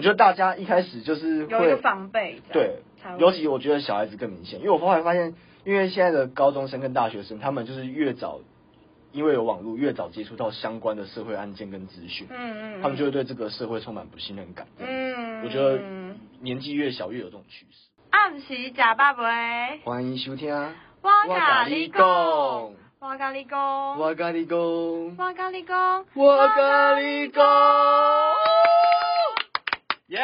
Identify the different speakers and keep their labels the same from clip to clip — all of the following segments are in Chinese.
Speaker 1: 我觉得大家一开始就是
Speaker 2: 有一个
Speaker 1: 会
Speaker 2: 防备，这样
Speaker 1: 对
Speaker 2: 才，会
Speaker 1: 尤其我觉得小孩子更明显，因为我后来发现，因为现在的高中生跟大学生，他们就是越早，因为有网络，越早接触到相关的社会案件跟资讯，
Speaker 2: 嗯嗯，
Speaker 1: 他们就会对这个社会充满不信任感。
Speaker 2: 嗯，
Speaker 1: 我觉得
Speaker 2: 嗯
Speaker 1: 年纪越小越有这种趋势。
Speaker 2: 暗时假爸爸。
Speaker 1: 欢迎收听啊，
Speaker 2: 我甲你讲，我甲你讲，
Speaker 1: 我跟你讲，
Speaker 2: 我甲你讲，
Speaker 1: 我跟你讲，耶！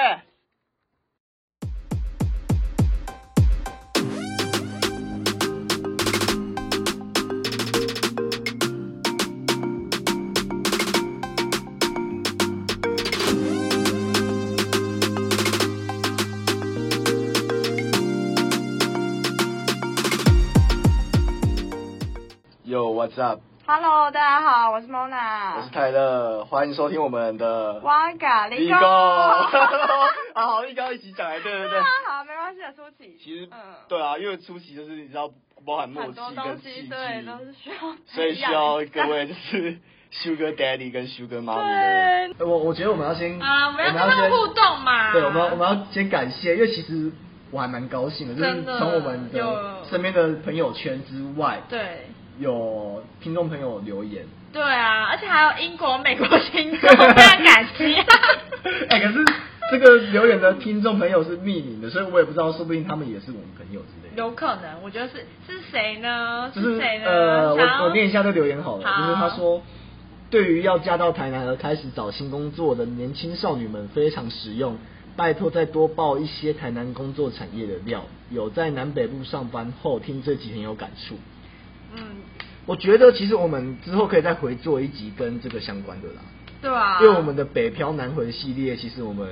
Speaker 1: Yo, what's up？
Speaker 2: Hello，大家好，我
Speaker 1: 我
Speaker 2: 是
Speaker 1: 是
Speaker 2: Mona，
Speaker 1: 泰勒，欢迎收听我们的
Speaker 2: 我甲你讲。
Speaker 1: 啊 好，一高一起讲来，对对
Speaker 2: 对
Speaker 1: 对
Speaker 2: 啊。，好，没关系的，舒淇。
Speaker 1: 其实
Speaker 2: 嗯，
Speaker 1: 对啊，因为初期就是你知道包含默
Speaker 2: 很
Speaker 1: 契
Speaker 2: 多
Speaker 1: 跟
Speaker 2: 东
Speaker 1: 戏
Speaker 2: 西
Speaker 1: 剧，
Speaker 2: 对都是需要培养的，
Speaker 1: 所以需要各位就是 Sugar Daddy 跟 Sugar Mommy
Speaker 2: 对
Speaker 1: 的。哎我我觉得我们要先
Speaker 2: 啊，我们要跟他
Speaker 1: 先
Speaker 2: 们互动啊嘛。
Speaker 1: 对，我们要我们要先感谢，因为其实我还蛮高兴的，就是
Speaker 2: 真的
Speaker 1: 从我们的
Speaker 2: 有
Speaker 1: 身边的朋友圈之外，
Speaker 2: 对。
Speaker 1: 有听众朋友留言。
Speaker 2: 对啊，而且还有英国、美国听众，非常感激。
Speaker 1: 哎、可是这个留言的听众朋友是匿名的，所以我也不知道，说不定他们也是我们朋友之类的。
Speaker 2: 有可能，我觉得是是谁呢？
Speaker 1: 就是
Speaker 2: 谁呢？
Speaker 1: 呃，
Speaker 2: 想要
Speaker 1: 我我念一下这留言好了，
Speaker 2: 好
Speaker 1: 就是他说，对于要嫁到台南而开始找新工作的年轻少女们非常实用，拜托再多报一些台南工作产业的料。有在南北部上班后听这集很有感触，
Speaker 2: 嗯，
Speaker 1: 我觉得其实我们之后可以再回做一集跟这个相关的啦，
Speaker 2: 对啊，
Speaker 1: 因为我们的北漂南回系列其实我们。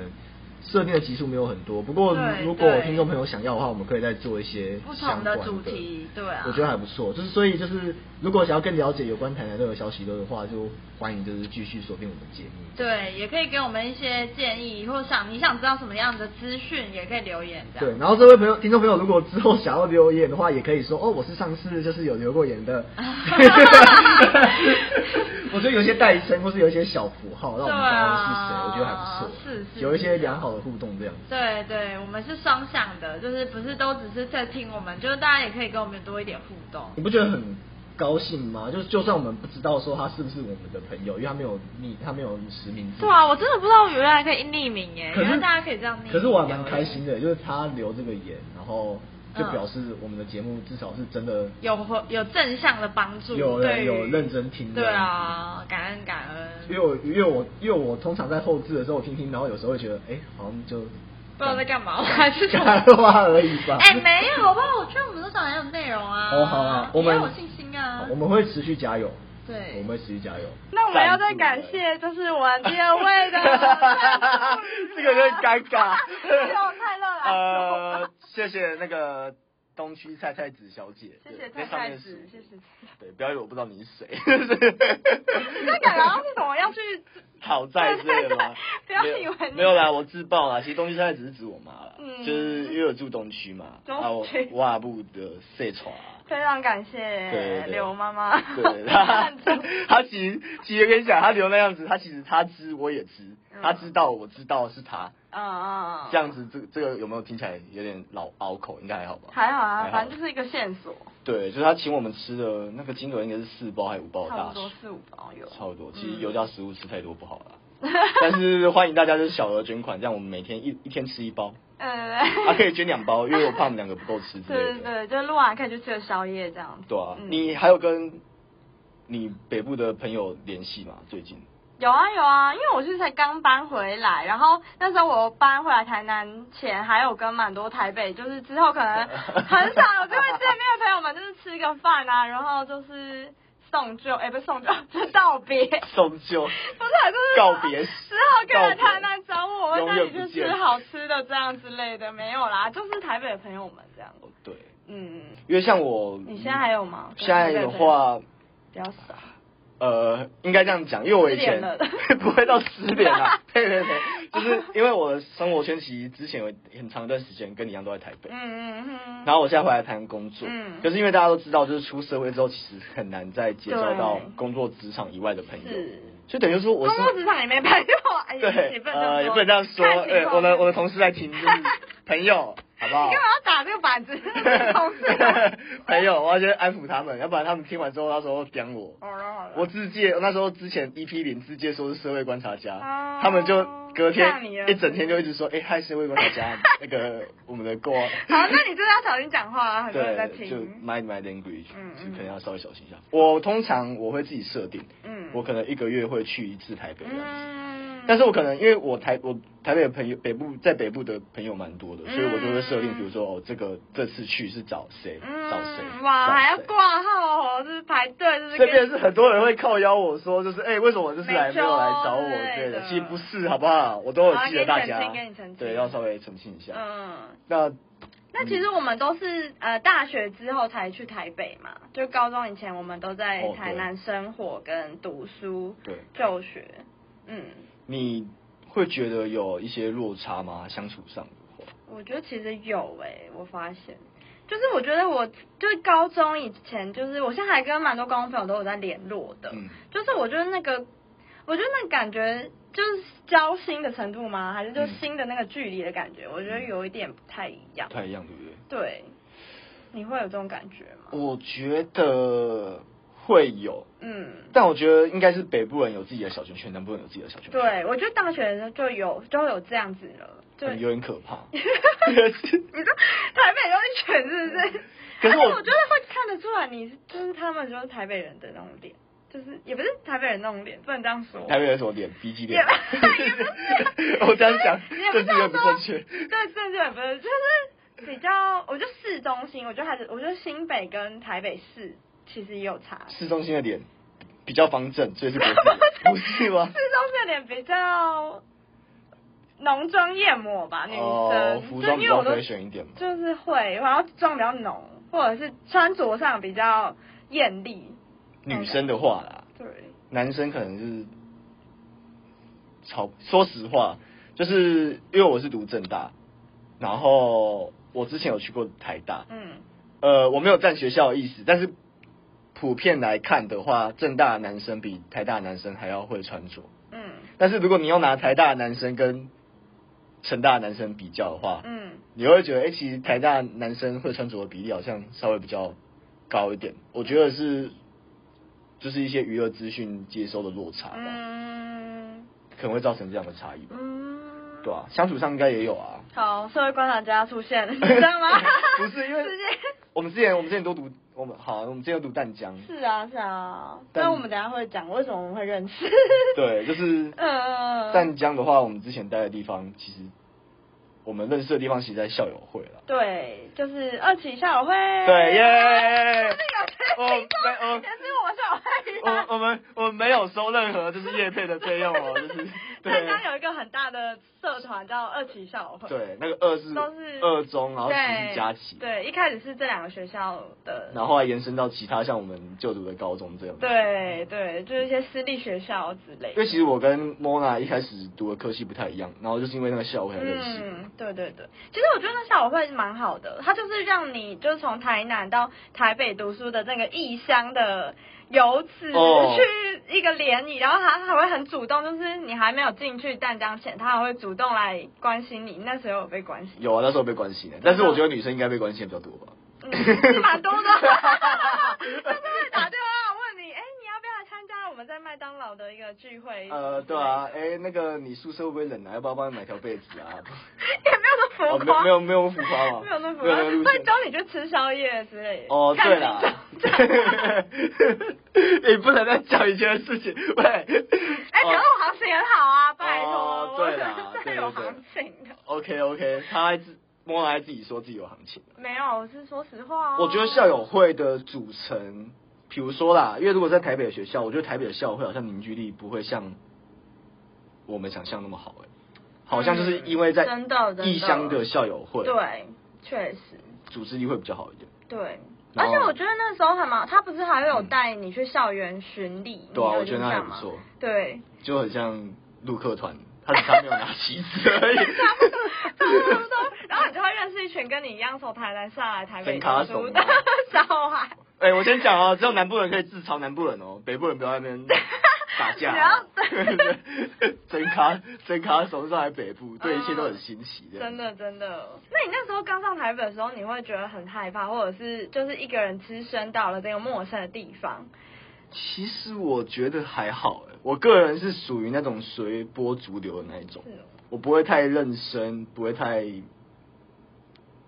Speaker 1: 设定的集数没有很多，不过
Speaker 2: 对
Speaker 1: 如果
Speaker 2: 对
Speaker 1: 听众朋友想要的话，我们可以再做一些
Speaker 2: 不
Speaker 1: 相
Speaker 2: 同
Speaker 1: 关
Speaker 2: 的
Speaker 1: 的
Speaker 2: 主题，对啊，
Speaker 1: 我觉得还不错。就是所以就是，如果想要更了解有关台南热的消息的话，就欢迎就是继续锁定我们节目。
Speaker 2: 对，也可以给我们一些建议，或想你想知道什么样的资讯，也可以留言这样。
Speaker 1: 对，然后这位朋友听众朋友，如果之后想要留言的话，也可以说哦，我是上次就是有留过言 的。我觉得有一些代称或是有一些小符号，让我们知道是谁，我觉得还不错。
Speaker 2: 对啊是是
Speaker 1: 有一些良好的互动这样子。
Speaker 2: 对对，我们是双向的，就是不是都只是在听我们，就是大家也可以跟我们多一点互动。
Speaker 1: 你不觉得很高兴吗？就是就算我们不知道说他是不是我们的朋友，因为他没有匿，他没有实名制。
Speaker 2: 对啊，我真的不知道原来可以匿名耶，
Speaker 1: 可
Speaker 2: 原来
Speaker 1: 是
Speaker 2: 大家可以这样匿名。
Speaker 1: 可是我还蛮开心的，就是他留这个言，然后就
Speaker 2: 嗯
Speaker 1: 表示我们的节目至少是真的
Speaker 2: 有回有正向的帮助，
Speaker 1: 有人
Speaker 2: 对于
Speaker 1: 有认真听的
Speaker 2: 对啊，感恩感恩，
Speaker 1: 因为我因为我因为我通常在后置的时候我听听，然后有时候会觉得，哎、好像就
Speaker 2: 不知道在干嘛，我还是什么
Speaker 1: 干话而已吧。
Speaker 2: 哎、没有，好不好？我觉得我们都讲得很有内容啊。
Speaker 1: 哦，好啊，我
Speaker 2: 你要
Speaker 1: 们
Speaker 2: 有信心啊
Speaker 1: 好。我们会持续加油，我
Speaker 2: 对
Speaker 1: 们。会持续加油。
Speaker 2: 那我们要再
Speaker 1: 赞助
Speaker 2: 感
Speaker 1: 的
Speaker 2: 谢，就是我们第二位
Speaker 1: ，
Speaker 2: 的。
Speaker 1: 这个有点尴尬
Speaker 2: 用泰勒来
Speaker 1: 呃
Speaker 2: 说。，
Speaker 1: 谢谢那个东区菜菜子小姐。
Speaker 2: 谢
Speaker 1: 对
Speaker 2: 谢太
Speaker 1: 在上
Speaker 2: 太
Speaker 1: 面
Speaker 2: 子
Speaker 1: 数，
Speaker 2: 谢谢。
Speaker 1: 对，不要以为我不知道你是 谁。
Speaker 2: 那感觉好像是什么要去
Speaker 1: 讨债之类的吗？
Speaker 2: 对对对 不要
Speaker 1: 没有
Speaker 2: 以为你
Speaker 1: 没有啦，我自爆啦。其实东区菜菜只是指我妈啦，
Speaker 2: 嗯
Speaker 1: 就是因为我住东区嘛，
Speaker 2: 东
Speaker 1: 啊，我
Speaker 2: 区
Speaker 1: 外部的社床啊。
Speaker 2: 非常感
Speaker 1: 对
Speaker 2: 谢
Speaker 1: 对
Speaker 2: 刘妈妈， 嗯
Speaker 1: 对，他
Speaker 2: 赞助
Speaker 1: 他其实其实跟你讲，他留那样子，他其实他知我也知，
Speaker 2: 嗯
Speaker 1: 他知道我知道是他，
Speaker 2: 嗯嗯嗯，
Speaker 1: 这样子这个这个有没有听起来有点老拗口？应该还好吧？
Speaker 2: 还好啊
Speaker 1: 还，
Speaker 2: 反正就是一个线索，
Speaker 1: 对，就是他请我们吃的那个金额应该是四包还是五包的
Speaker 2: 差
Speaker 1: 大
Speaker 2: 不多
Speaker 1: 薯，
Speaker 2: 四五包有，
Speaker 1: 差不多。其
Speaker 2: 嗯
Speaker 1: 实油炸食物吃太多不好 啦，但是欢迎大家就是小额捐款，这样我们每天一一天吃一包，
Speaker 2: 呃，
Speaker 1: 啊可以捐两包，因为我怕我们两个不够吃之
Speaker 2: 对对
Speaker 1: 类的。
Speaker 2: 对，啊就录完可以去吃个宵夜这样子。
Speaker 1: 对啊，
Speaker 2: 嗯
Speaker 1: 你还有跟你北部的朋友联系吗？最近？
Speaker 2: 有啊有啊，因为我是才刚搬回来，然后那时候我搬回来台南前，还有跟蛮多台北，就是之后可能很少有机会见面的朋友们，就是吃个饭啊，然后就是送旧，哎、不是送旧，就是道别，不是，
Speaker 1: 送旧，
Speaker 2: 就是
Speaker 1: 告别式
Speaker 2: 之后可以来台南找我，我会带
Speaker 1: 永
Speaker 2: 你
Speaker 1: 远不
Speaker 2: 去
Speaker 1: 见
Speaker 2: 吃好吃的这样之类的，没有啦，就是台北的朋友们这样。
Speaker 1: 哦对，
Speaker 2: 嗯，
Speaker 1: 因为像我，
Speaker 2: 你现在还有吗？
Speaker 1: 现在的话，
Speaker 2: 比较少。
Speaker 1: 呃，应该这样讲，因为我以前
Speaker 2: 失联了
Speaker 1: 不会到失联 啊，对对对，就是因为我的生活圈其实之前有很长一段时间跟你一样都在台北，
Speaker 2: 嗯嗯嗯。
Speaker 1: 然后我现在回来台湾工作，
Speaker 2: 嗯
Speaker 1: 可是因为大家都知道，就是出社会之后其实很难再结交到
Speaker 2: 对
Speaker 1: 工作职场以外的朋友
Speaker 2: 是，
Speaker 1: 就等于说我
Speaker 3: 工
Speaker 1: 是
Speaker 3: 作职场也没朋友，哎呀，
Speaker 1: 对
Speaker 3: 也，不能
Speaker 1: 呃，也不能这样说，
Speaker 3: 看情
Speaker 1: 对，
Speaker 3: 况
Speaker 1: 我的我的同事在听， 就是朋友，好不好
Speaker 3: 你？干嘛要打这个板子？ 同事。啊
Speaker 1: 朋友，我要先安抚他们，要不然他们听完之后，到时候点我。
Speaker 3: 好了好了。
Speaker 1: 我自介，那时候之前 EP 零自介说是社会观察家，
Speaker 3: 哦
Speaker 1: 他们就隔
Speaker 3: 吓
Speaker 1: 天
Speaker 3: 你了
Speaker 1: 一整天就一直说，哎、嗨，社会观察家，那 个我们的过，
Speaker 3: 好，那你真的要小心讲话啊，很多人在
Speaker 1: 对，就
Speaker 3: 听。
Speaker 1: mind my language，
Speaker 3: 嗯
Speaker 1: 就
Speaker 3: 嗯
Speaker 1: 可能要稍微小心一下。我通常我会自己设定，
Speaker 3: 嗯。
Speaker 1: 我可能一个月会去一次台北这样子
Speaker 3: 嗯。
Speaker 1: 但是我可能因为我台我台北的朋友北部在北部的朋友蛮多的，所以我就会设定，
Speaker 3: 嗯
Speaker 1: 比如说哦，这个这次去是找谁，找谁，
Speaker 3: 嗯，哇，
Speaker 1: 找谁
Speaker 3: 还要挂号哦，就是排队，就
Speaker 1: 这
Speaker 3: 是跟
Speaker 1: 边是很多人会靠邀我说，就是哎、为什么我这次来
Speaker 3: 没
Speaker 1: 没
Speaker 3: 错
Speaker 1: 有来找我
Speaker 3: 之
Speaker 1: 之
Speaker 3: 类
Speaker 1: 类
Speaker 3: 的
Speaker 1: 的？其实不是，好不好？我都有记得大
Speaker 3: 好
Speaker 1: 家
Speaker 3: 给你澄清给你澄清，
Speaker 1: 对，要稍微澄清一下。
Speaker 3: 嗯。
Speaker 1: 那
Speaker 3: 那其实我们都是呃大学之后才去台北嘛，就高中以前我们都在
Speaker 1: 哦对
Speaker 3: 台南生活跟读书、
Speaker 1: 对
Speaker 3: 就学，嗯，
Speaker 1: 你会觉得有一些落差吗？相处上的话，
Speaker 3: 我觉得其实有诶、我发现，就是我觉得我就是高中以前，就是我现在还跟蛮多高中朋友都有在联络的，
Speaker 1: 嗯
Speaker 3: 就是我觉得那个，我觉得那感觉就是交心的程度吗？还是就
Speaker 1: 嗯
Speaker 3: 心的那个距离的感觉？我觉得有一点不太一样
Speaker 1: 不。嗯太一样，对不对？
Speaker 3: 对，你会有这种感觉吗？
Speaker 1: 我觉得会有，
Speaker 3: 嗯，
Speaker 1: 但我觉得应该是北部人有自己的小圈圈，南部人有自己的小圈圈，
Speaker 3: 对，我觉得大学的时候就有就有这样子了。对，
Speaker 1: 嗯，
Speaker 3: 你
Speaker 1: 有点可 怕。
Speaker 3: 说 台北都是全是不是？
Speaker 1: 可是
Speaker 3: 而且
Speaker 1: 我
Speaker 3: 我觉得会看得出来你，是就是他们就是台北人的那种脸，就是也不是台北人那种脸，不能这样说。
Speaker 1: 台北人什么脸？B G
Speaker 3: 也
Speaker 1: 脸，
Speaker 3: 不 也不是
Speaker 1: 我这样讲
Speaker 3: 就
Speaker 1: 这
Speaker 3: 是也，不是
Speaker 1: 是又
Speaker 3: 说
Speaker 1: 不正确。
Speaker 3: 对，政治也不是，就是比较，我觉得市中心，我觉得还是，我觉得新北跟台北市其实也有差。
Speaker 1: 市中心的脸比较方正，所以 是国字脸，不是吗
Speaker 3: 市？中心有点比较浓妆艳抹吧，女生，
Speaker 1: 哦，服
Speaker 3: 就
Speaker 1: 装比
Speaker 3: 因为
Speaker 1: 较
Speaker 3: 我都
Speaker 1: 可以选一点嘛。
Speaker 3: 就是会，然后妆比较浓，或者是穿着上比较艳丽。
Speaker 1: 女生的话啦，
Speaker 3: 对，
Speaker 1: 男生可能是超，说实话，就是因为我是读正大，然后我之前有去过台大，
Speaker 3: 嗯，
Speaker 1: 呃，我没有占学校的意思，但是普遍来看的话，正大的男生比台大的男生还要会穿着。
Speaker 3: 嗯，
Speaker 1: 但是如果你要拿台大的男生跟成大的男生比较的话，
Speaker 3: 嗯，
Speaker 1: 你会觉得，哎、其实台大男生会穿着的比例好像稍微比较高一点。我觉得是，就是一些娱乐资讯接收的落差吧，
Speaker 3: 嗯，
Speaker 1: 可能会造成这样的差异吧。
Speaker 3: 嗯，
Speaker 1: 对啊，相处上应该也有 啊。？
Speaker 3: 好，社会观察家出现了，你知道吗
Speaker 1: 不是因为
Speaker 3: 直接
Speaker 1: 我们之前，我们之前都读，我们好，我们之前都读淡江，
Speaker 3: 是啊是啊，
Speaker 1: 但
Speaker 3: 但我们等一下会讲为什么我们会 认识。
Speaker 1: 对，就是
Speaker 3: 嗯，
Speaker 1: 淡江的话，我们之前待的地方，其实我们认识的地方，其实在校友会了。
Speaker 3: 对，就是二期校友会。
Speaker 1: 对耶
Speaker 3: 就是有
Speaker 1: 我
Speaker 3: 些听
Speaker 1: 没 我
Speaker 3: 众也是我校友会
Speaker 1: 我
Speaker 3: 啊。
Speaker 1: 我们我们没有收任何就是业配的费用哦，就是
Speaker 3: 淡
Speaker 1: 对
Speaker 3: 江有一个很大的社团叫二期校友会。。
Speaker 1: 对，那个二是
Speaker 3: 都是
Speaker 1: 二中，然后十
Speaker 3: 对，
Speaker 1: 是加起，
Speaker 3: 对，一开始是这两个学校的。
Speaker 1: 然后后来延伸到其他像我们就读的高中这样。，
Speaker 3: 对对，就是一些私立学校之类
Speaker 1: 因为
Speaker 3: 的。
Speaker 1: 其实我跟 Mona 一开始读的科系不太一样，然后就是因为那个校友会才认识。
Speaker 3: 嗯，对对对，其实我觉得那校友会蛮好的，它就是让你就是从台南到台北读书的那个异乡的游子、
Speaker 1: 哦
Speaker 3: 去一个联谊，然后他还会很主动，就是你还没有进去淡江前，他还会主动来关心你。那时候有被关心，
Speaker 1: 有啊，那时候被关心的，但是我觉得女生应该被关心的比较多吧。
Speaker 3: 嗯，蛮多的，就是会打电话问你，哎、你要不要来参加我们在麦当劳的一个聚会？
Speaker 1: 呃，对啊，哎、那个你宿舍会不会冷啊？要不要帮你买条被子啊？
Speaker 3: 也没有那么浮夸、
Speaker 1: 哦没有没有没有浮夸吗
Speaker 3: 没有那么浮
Speaker 1: 没有那个路
Speaker 3: 夸，
Speaker 1: 线
Speaker 3: 会教你去吃宵夜之类的。
Speaker 1: 哦，
Speaker 3: 看
Speaker 1: 对
Speaker 3: 你
Speaker 1: 啦
Speaker 3: 长，
Speaker 1: 你哎不能再讲以前的事情，喂。
Speaker 3: 哎，可是
Speaker 1: 哦
Speaker 3: 我行情很好啊，拜托，
Speaker 1: 哦
Speaker 3: 我
Speaker 1: 对啦
Speaker 3: 我是
Speaker 1: 对对
Speaker 3: 有
Speaker 1: 对
Speaker 3: 行情的。
Speaker 1: OK OK，他还自摸来自己说自己有行情。
Speaker 3: 没有，我是说实话啊。
Speaker 1: 我觉得校友会的组成，比如说啦，因为如果在台北的学校，我觉得台北的校友会好像凝聚力不会像我们想象那么好、欸，好像就是因为在
Speaker 3: 嗯真的真的
Speaker 1: 异乡的校友会，，
Speaker 3: 对，确实
Speaker 1: 组织力会比较好一点。
Speaker 3: 对。
Speaker 1: 然
Speaker 3: 而
Speaker 1: 后嗯
Speaker 3: 且我觉得那时候还蛮，他不是还会有带你去校园巡礼，
Speaker 1: 对啊，
Speaker 3: 你有
Speaker 1: 我觉得那还
Speaker 3: 印象
Speaker 1: 不
Speaker 3: 吗
Speaker 1: 错，
Speaker 3: 对，
Speaker 1: 就很像陆客团，他只差没有拿旗子而已
Speaker 3: 差不多差不多，然后你就会认识一群跟你一样从台南上来台北
Speaker 1: 真卡
Speaker 3: 读书
Speaker 1: 怂
Speaker 3: 的
Speaker 1: 啊
Speaker 3: 小孩。
Speaker 1: 哎、我先讲哦，只有南部人可以自嘲南部人哦，北部人不要在那边打架
Speaker 3: 只要
Speaker 1: 啊， 对整卡整卡手上来北部，对一切都很新奇的。
Speaker 3: 啊真的真的。那你那时候刚上台北的时候，你会觉得很害怕，或者是就是一个人只身到了这个陌生的地方？
Speaker 1: 其实我觉得还好欸，我个人是属于那种随波逐流的那一种
Speaker 3: 是，哦
Speaker 1: 我不会太认生，不会太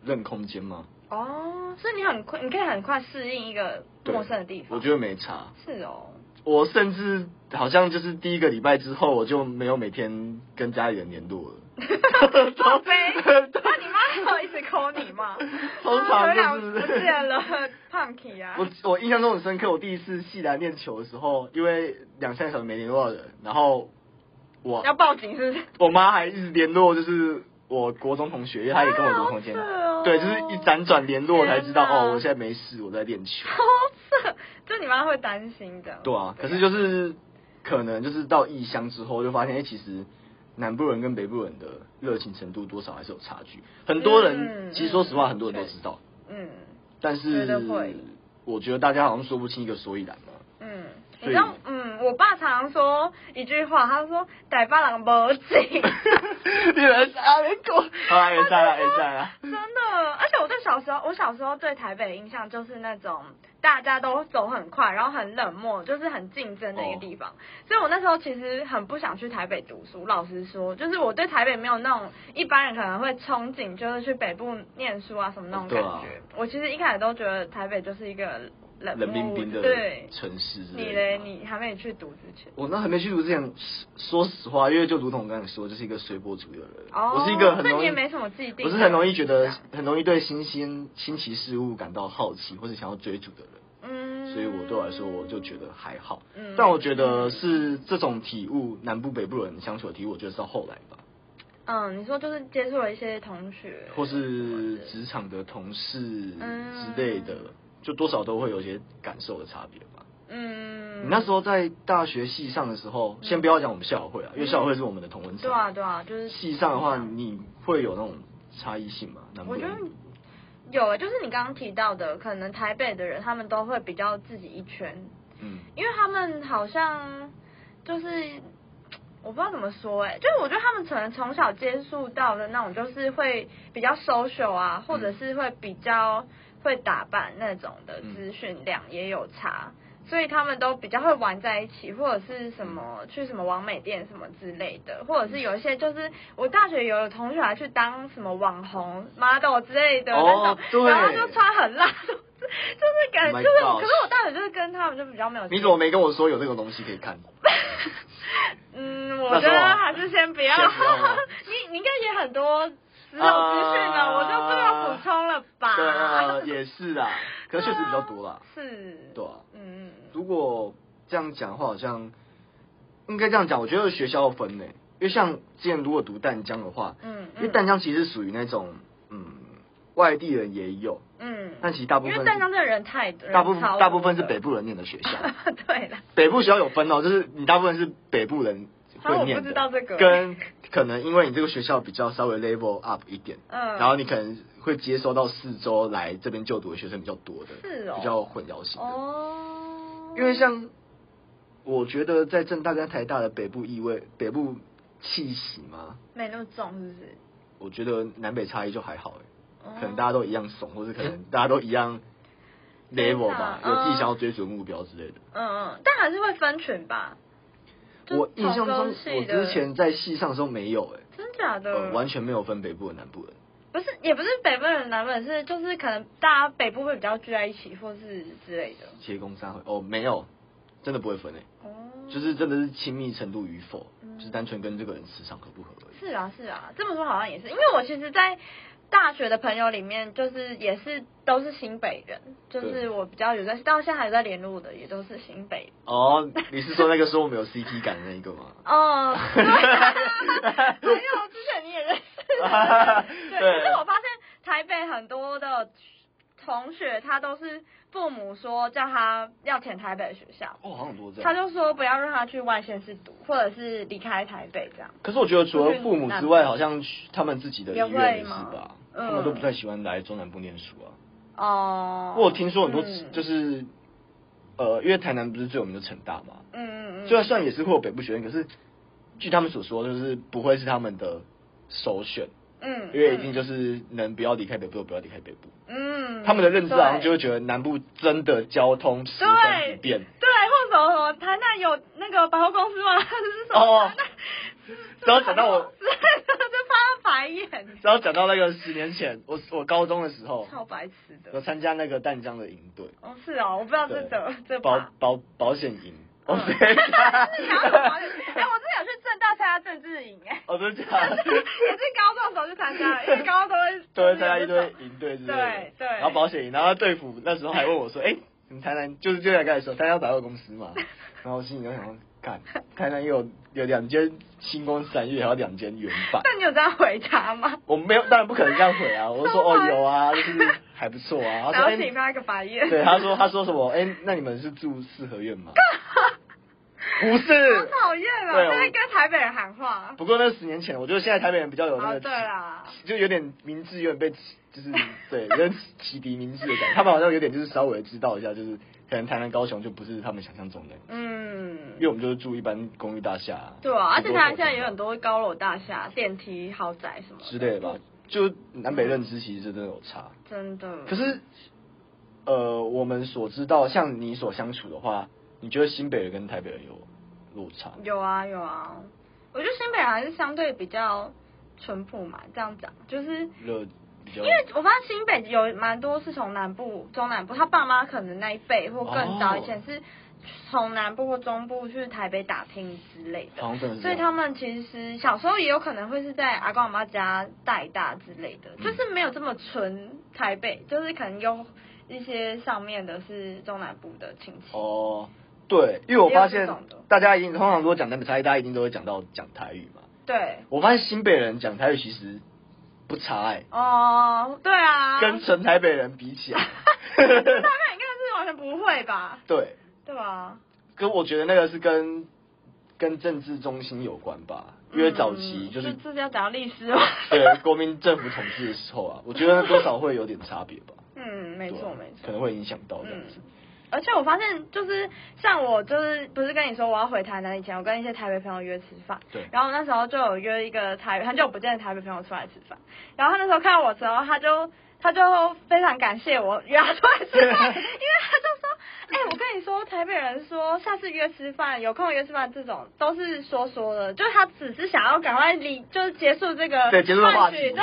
Speaker 1: 认空间吗？
Speaker 3: 哦，所以你很快，你可以很快适应一个
Speaker 1: 对
Speaker 3: 陌生的地方。
Speaker 1: 我觉得没差。
Speaker 3: 是哦，
Speaker 1: 我甚至好像就是第一个礼拜之后，我就没有每天跟家里人联络了。
Speaker 3: 好悲。那你妈有一直 call 你吗？啊
Speaker 1: 通常啊就是
Speaker 3: 不见了，Punky 啊。
Speaker 1: 我我印象中很深刻，我第一次系来练球的时候，因为两三个小时没联络人，然后我
Speaker 3: 要报警是不是？
Speaker 1: 我妈还一直联络，就是我国中同学，因为她也跟我读同间
Speaker 3: 啊好扯哦，
Speaker 1: 对，就是一辗转联络才知道
Speaker 3: 天哪
Speaker 1: 哦，我现在没事，我在练球。
Speaker 3: 好扯，就你妈会担心的。
Speaker 1: 对啊，可是就是可能就是到异乡之后，就发现哎、诶其实南部人跟北部人的热情程度多少还是有差距。很多人、
Speaker 3: 嗯
Speaker 1: 其实说实话，
Speaker 3: 嗯
Speaker 1: 很多人都
Speaker 3: 对
Speaker 1: 知道，
Speaker 3: 嗯
Speaker 1: 但
Speaker 3: 觉
Speaker 1: 是
Speaker 3: 得会
Speaker 1: 我觉得大家好像说不清一个所以然 嘛。
Speaker 3: 嗯，你
Speaker 1: 所以
Speaker 3: 知道，嗯，我爸常常说一句话，他说“逮巴郎没劲”，
Speaker 1: 你们啊，人狗，好啦，也在啦，也在啊啦。
Speaker 3: 真的，而且我对小时候，我小时候对台北的印象就是那种大家都走很快，然后很冷漠，就是很竞争的一个地
Speaker 1: 哦
Speaker 3: 方。所以我那时候其实很不想去台北读书。老实说，就是我对台北没有那种一般人可能会憧憬，就是去北部念书啊什么那种
Speaker 1: 对
Speaker 3: 感
Speaker 1: 啊
Speaker 3: 觉。我其实一开始都觉得台北就是一个冷
Speaker 1: 冷冰
Speaker 3: 漠
Speaker 1: 冰的
Speaker 3: 对，
Speaker 1: 城市之类的
Speaker 3: 你嘞，
Speaker 1: 嘛
Speaker 3: 你还没去读之前，
Speaker 1: 我那还没去读之前，说实话，因为就如同我刚才说，就是一个随波逐流的人。
Speaker 3: 哦
Speaker 1: 我是一个很
Speaker 3: 所以
Speaker 1: 容
Speaker 3: 你
Speaker 1: 易
Speaker 3: 也没什么既定的
Speaker 1: 我是很容易觉
Speaker 3: 印
Speaker 1: 得
Speaker 3: 象
Speaker 1: 很容易对新鲜新奇事物感到好奇或者想要追逐的人，
Speaker 3: 嗯，
Speaker 1: 所以我对我来说我就觉得还好。
Speaker 3: 嗯
Speaker 1: 但我觉得是这种体悟，南部北部人相处的体悟，我觉得是到后来吧，
Speaker 3: 嗯，你说就是接触了一些同学，
Speaker 1: 或是职场的同事之
Speaker 3: 嗯
Speaker 1: 类的，就多少都会有一些感受的差别吧。
Speaker 3: 嗯，
Speaker 1: 你那时候在大学系上的时候，先不要讲我们校友会啊，因为校友会是我们的同文层。
Speaker 3: 对啊对啊，就是
Speaker 1: 系上的话，你会有那种差异性吗？南部
Speaker 3: 我觉得
Speaker 1: 人
Speaker 3: 有欸，就是你刚刚提到的，可能台北的人他们都会比较自己一圈，
Speaker 1: 嗯，
Speaker 3: 因为他们好像就是。我不知道怎么说哎、就是我觉得他们可能从小接触到的那种，就是会比较 social
Speaker 1: 嗯
Speaker 3: 啊，或者是会比较会打扮那种的
Speaker 1: 嗯
Speaker 3: 资讯量也有差，所以他们都比较会玩在一起，或者是什么
Speaker 1: 嗯
Speaker 3: 去什么网美店什么之类的，或者是有一些就是我大学有同学还去当什么网红 model 之类的那
Speaker 1: 哦
Speaker 3: 种，
Speaker 1: 对 Oh
Speaker 3: 然后就穿很辣，就是感
Speaker 1: My
Speaker 3: 就是
Speaker 1: gosh
Speaker 3: 可是我大学就是跟他们就比较没有，
Speaker 1: 你怎么没跟我说有这种东西可以 看？
Speaker 3: 嗯，我觉得还是先不要。
Speaker 1: 啊先不要吗
Speaker 3: 你你应该也很多只有资讯了，
Speaker 1: 啊
Speaker 3: 我就不要补充了吧？
Speaker 1: 对啊，也是啦，可是确实比较多啦。
Speaker 3: 是，
Speaker 1: 对啊
Speaker 3: 嗯嗯
Speaker 1: 如果这样讲的话，好像应该这样讲，我觉得学校要分类，因为像之前如果读淡江的话，
Speaker 3: 嗯，
Speaker 1: 因为淡江其实属于那种嗯外地人也有，
Speaker 3: 嗯，
Speaker 1: 但其实大部分
Speaker 3: 因为淡江这人太人
Speaker 1: 大部
Speaker 3: 超多
Speaker 1: 大部分是
Speaker 3: 的
Speaker 1: 北部人念的学校。
Speaker 3: 对了，
Speaker 1: 北部学校有分哦，就是你大部分是北部人会
Speaker 3: 啊我
Speaker 1: 念
Speaker 3: 不
Speaker 1: 的，
Speaker 3: 知道这个
Speaker 1: 跟可能因为你这个学校比较稍微 level up 一点，
Speaker 3: 嗯
Speaker 1: 然后你可能会接收到四周来这边就读的学生比较多的，
Speaker 3: 是哦
Speaker 1: 比较混淆型的，
Speaker 3: 哦，
Speaker 1: 因为像我觉得在正大跟台大的北部意味、北部气息嘛，
Speaker 3: 没那么重，是不是？
Speaker 1: 我觉得南北差异就还好欸
Speaker 3: 哦
Speaker 1: 可能大家都一样怂，或者可能大家都一样 level 吧，
Speaker 3: 嗯
Speaker 1: 有自己想要追逐的目标之类的。
Speaker 3: 嗯嗯，但还是会分群吧。就
Speaker 1: 我印象
Speaker 3: 同
Speaker 1: 中
Speaker 3: 宗，系
Speaker 1: 我
Speaker 3: 的
Speaker 1: 之前在戏上的时候没有、欸，
Speaker 3: 真假的、
Speaker 1: 呃，完全没有分北部人、南部人。
Speaker 3: 不是，也不是北部人南本是，就是可能大家北部会比较聚在一起，或是之类的。
Speaker 1: 切工三会哦，没有，真的不会分诶、
Speaker 3: 哦，
Speaker 1: 就是真的是亲密程度与否，
Speaker 3: 嗯
Speaker 1: 就是单纯跟这个人磁场合不合而已。
Speaker 3: 是啊，是啊，这么说好像也是，因为我其实，在大学的朋友里面，就是也是都是新北人，就是
Speaker 1: 对
Speaker 3: 我比较有在到现在还有在联络的，也都是新北。
Speaker 1: 哦，你是说那个说我们有 CT 感的那一个吗？
Speaker 3: 哦，对，因为我之前你也认识，对，
Speaker 1: 对
Speaker 3: 可是我发现台北很多的同学，他都是父母说叫他要填台北的学校，
Speaker 1: 哦，好像很多这
Speaker 3: 他
Speaker 1: 样。
Speaker 3: 就说不要让他去外县市读，或者是离开台北这样。
Speaker 1: 可是我觉得除了父母之外，好像他们自己的意
Speaker 3: 也
Speaker 1: 愿
Speaker 3: 会
Speaker 1: 也是
Speaker 3: 吗
Speaker 1: 吧，
Speaker 3: 嗯
Speaker 1: 他们都不太喜欢来中南部念书啊。
Speaker 3: 哦
Speaker 1: 我有听说很多
Speaker 3: 嗯
Speaker 1: 就是，呃，因为台南不是最有名的成大嘛，
Speaker 3: 嗯嗯嗯，嗯
Speaker 1: 虽然虽然也是会有北部学院，可是据他们所说，就是不会是他们的首选，
Speaker 3: 嗯，
Speaker 1: 因为一定就是能不要离开北部就不要离开北部。
Speaker 3: 嗯，
Speaker 1: 他们的认知好像
Speaker 3: 对
Speaker 1: 就会觉得南部真的交通十分
Speaker 3: 对
Speaker 1: 不便，
Speaker 3: 对，或者什么什么台南有那个百货公司吗？ 就是什么？
Speaker 1: 哦
Speaker 3: 那
Speaker 1: 然 后讲到我，
Speaker 3: 对，就翻白眼，
Speaker 1: 然后讲到那个十年前，我我高中的时候，
Speaker 3: 超白痴
Speaker 1: 有
Speaker 3: 的。
Speaker 1: 参加那个淡江的营队，
Speaker 3: 哦，是哦，我不知道这个这
Speaker 1: 对，保
Speaker 3: 把。
Speaker 1: 保保险营，
Speaker 3: 嗯
Speaker 1: 哦，
Speaker 3: 是
Speaker 1: 谁
Speaker 3: 想要什么？哎，我之前有去正大参加政治营，哎，
Speaker 1: 哦，真的假
Speaker 3: 但是
Speaker 1: 的？哦
Speaker 3: 也是高中的时候去参 加的，因为高中都会
Speaker 1: 都 会参加一堆营队之类的，
Speaker 3: 对对
Speaker 1: 然后保险营，然后队服那时候还问 我说，哎、你们台南就是就像刚才说，台南有百货公司嘛，然后我心里就想说，干，台南有有两间星光三月，还有两间原版，
Speaker 3: 但你有这样回答 吗？
Speaker 1: 我没有，当然不可能这样回啊，我就说
Speaker 3: 当
Speaker 1: 哦
Speaker 3: 然
Speaker 1: 有啊，就是还不错啊，他
Speaker 3: 然
Speaker 1: 说
Speaker 3: 后
Speaker 1: 哎、
Speaker 3: 请发一个白 眼，
Speaker 1: 对，他说他说什么，哎、那你们是住四合院 吗？不
Speaker 3: 好
Speaker 1: 是，
Speaker 3: 讨厌啊！
Speaker 1: 对我
Speaker 3: 在跟台北人喊话。
Speaker 1: 不过那十年前，我觉得现在台北人比较有那
Speaker 3: 哦，
Speaker 1: 个
Speaker 3: 对啦，
Speaker 1: 就有点明智，有点被就是对，有点启迪明智的感觉。他们好像有点就是稍微知道一下，就是可能台南、高雄就不是他们想象中的，因为
Speaker 3: 嗯，
Speaker 1: 我们就是住一般公寓大厦、啊
Speaker 3: 对啊，而且台
Speaker 1: 他
Speaker 3: 湾现在有很多高楼大厦、电梯豪宅什么
Speaker 1: 之类的吧，就南北认知其实真的有差。
Speaker 3: 真的。
Speaker 1: 可是，呃，我们所知道，像你所相处的话，你觉得新北人跟台北人有落差？
Speaker 3: 有啊有啊，我觉得新北人还是相对比较淳朴嘛，这样讲就是。
Speaker 1: 热比较
Speaker 3: 因为我发现新北有蛮多是从南部、中南部，他爸妈可能那一辈或更早以
Speaker 1: 哦
Speaker 3: 前是从南部或中部去台北打拼之类的，
Speaker 1: 好像真的是这
Speaker 3: 所以
Speaker 1: 样，
Speaker 3: 他们其实小时候也有可能会是在阿公阿妈家带大之类的，
Speaker 1: 嗯
Speaker 3: 就是没有这么纯台北，就是可能有一些上面的是中南部的亲戚。
Speaker 1: 哦。对，因为我发
Speaker 3: 也有
Speaker 1: 现
Speaker 3: 这种的
Speaker 1: 大家一定通常如果讲南北差异，大家一定都会讲到讲台语嘛。
Speaker 3: 对，
Speaker 1: 我发现新北人讲台语其实不差哎、
Speaker 3: 哦，对啊，
Speaker 1: 跟纯台北人比起来，
Speaker 3: 台北应该是完全不会吧？
Speaker 1: 对，
Speaker 3: 对吧？
Speaker 1: 可我觉得那个是跟跟政治中心有关吧，因为早期就是、
Speaker 3: 嗯、这是要讲到历史吗？
Speaker 1: 对国民政府统治的时候啊，我觉得多少会有点差别吧，
Speaker 3: 嗯，没
Speaker 1: 对
Speaker 3: 错
Speaker 1: 啊
Speaker 3: 没错，
Speaker 1: 可能会影响到这样子
Speaker 3: 嗯。而且我发现，就是像我，就是不是跟你说我要回台南以前，我跟一些台北朋友约吃饭，
Speaker 1: 对
Speaker 3: 然后那时候就有约一个台很久不见的台北朋友出来吃饭，然后他那时候看到我之后，他就他就非常感谢我约他出来 吃饭，因为他就说，哎、我跟你说，台北人说下次约吃饭，有空约吃饭这种都是说说的，就是他只是想要赶快离，就是结束这 个
Speaker 1: 对结束这个话
Speaker 3: 饭
Speaker 1: 题
Speaker 3: 局，对，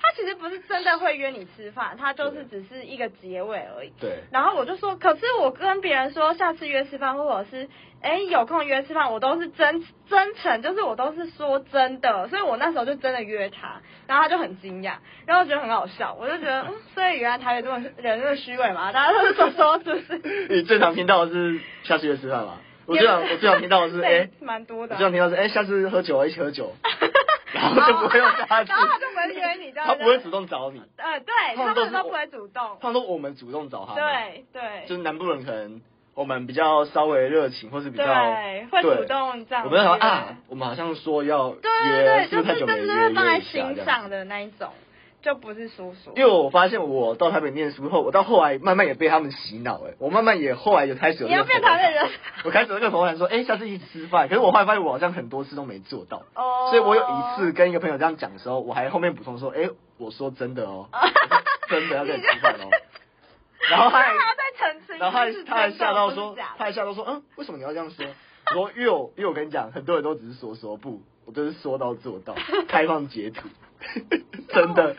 Speaker 3: 他其实不是真的会约你吃饭，他就是只是一个结尾而已。
Speaker 1: 对，
Speaker 3: 然后我就说，可是我跟别人说下次约吃饭，或者是哎有空约吃饭，我都是真真诚，就是我都是说真的，所以我那时候就真的约他，然后他就很惊讶，然后我觉得很好笑，我就觉得，嗯，所以原来台北这么人这么虚伪嘛，大家都是说说是不是？
Speaker 1: 你最常听到的是下次约吃饭嘛？我最常我最常听到的是哎、
Speaker 3: 对蛮多
Speaker 1: 我
Speaker 3: 的
Speaker 1: 最
Speaker 3: 啊，
Speaker 1: 常听到的是哎、下次喝酒啊一起喝酒， 然后就不会有下次，
Speaker 3: 然后他就不会约你这样
Speaker 1: 他不会主动找你，
Speaker 3: 呃，对，
Speaker 1: 他
Speaker 3: 他
Speaker 1: 们
Speaker 3: 们
Speaker 1: 都是
Speaker 3: 都不会主动，
Speaker 1: 他们说我们主动找他们，
Speaker 3: 对对，
Speaker 1: 就是南部人可能我们比较稍微热情，或是比较
Speaker 3: 对，会主
Speaker 1: 对
Speaker 3: 动这样
Speaker 1: 我
Speaker 3: 约，
Speaker 1: 们好像啊，我们好像说要约，
Speaker 3: 对对对，
Speaker 1: 是不
Speaker 3: 就
Speaker 1: 太
Speaker 3: 是
Speaker 1: 久没
Speaker 3: 是但
Speaker 1: 约
Speaker 3: 是会放在
Speaker 1: 约一
Speaker 3: 心
Speaker 1: 下这样
Speaker 3: 上的那一种，就不是说说。
Speaker 1: 因为我发现我到台北念书后，我到后来慢慢也被他们洗脑，哎，我慢慢也后来也开始有
Speaker 3: 你要
Speaker 1: 这个
Speaker 3: 变台北
Speaker 1: 头
Speaker 3: 人啊
Speaker 1: 感， 我开始有这个头感说，哎，下次一起吃饭，可是我后来发现我好像很多次都没做到，
Speaker 3: 哦，
Speaker 1: 所以我有一次跟一个朋友这样讲的时候，我还后面补充说，哎，我说真的哦，真的要跟你吃 饭哦，然后他
Speaker 3: 他
Speaker 1: 还
Speaker 3: 还要再澄清，
Speaker 1: 然后他还
Speaker 3: 就是
Speaker 1: 他还
Speaker 3: 真的
Speaker 1: 吓到
Speaker 3: 不是
Speaker 1: 说，
Speaker 3: 假的
Speaker 1: 他还吓到说，嗯，为什么你要这样说？我说，因为我因为我跟你讲，很多人都只是说说不，我就是说到做到，开放截图，真 的，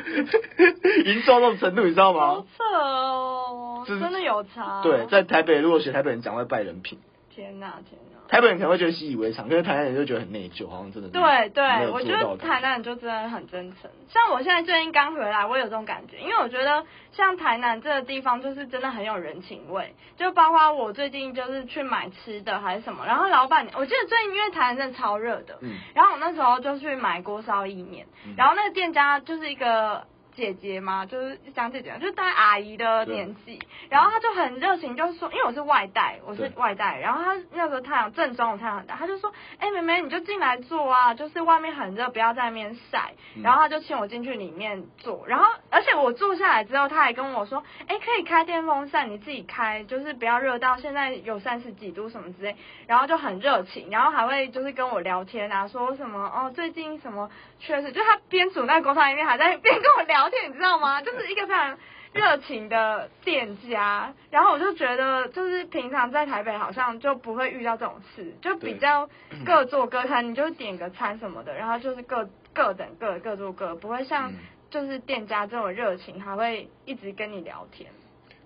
Speaker 1: 已经做到这种程度，你知道
Speaker 3: 好
Speaker 1: 吗？
Speaker 3: 扯哦，
Speaker 1: 就是
Speaker 3: 真的有差。
Speaker 1: 对，在台北如果学台北人讲会败人品，
Speaker 3: 天哪天哪。
Speaker 1: 台北人可能会觉得习以为常，可是台南人就觉得很内疚，好像真的是
Speaker 3: 对
Speaker 1: 没
Speaker 3: 对，
Speaker 1: 有
Speaker 3: 我觉
Speaker 1: 做到的
Speaker 3: 得台南人就真的很真诚。像我现在最近刚回来，我有这种感觉，因为我觉得像台南这个地方，就是真的很有人情味。就包括我最近就是去买吃的还是什么，然后老板娘，我记得最近因为台南真的超热的，
Speaker 1: 嗯
Speaker 3: 然后我那时候就去买锅烧意面，然后那个店家就是一个。姐姐嘛，就是讲姐姐，就是大概阿姨的年纪，然后她就很热情，就是说，因为我是外带，我是
Speaker 1: 对
Speaker 3: 外带，然后她那时候太阳正中午太阳很大，她就说，哎、妹妹你就进来坐啊，就是外面很热，不要在那边晒，
Speaker 1: 嗯
Speaker 3: 然后她就请我进去里面坐，然后而且我坐下来之后，她还跟我说，哎、可以开电风扇，你自己开，就是不要热到现在有三十几度什么之类，然后就很热情，然后还会就是跟我聊天啊，说什么哦最近什么确实，就他边煮那个锅汤一边还在边跟我聊天，你知道吗？就是一个非常热情的店家。然后我就觉得，就是平常在台北好像就不会遇到这种事，就比较各做各餐，你就点个餐什么的，然后就是各各等各各做各，不会像
Speaker 1: 嗯
Speaker 3: 就是店家这么热情，还会一直跟你聊天。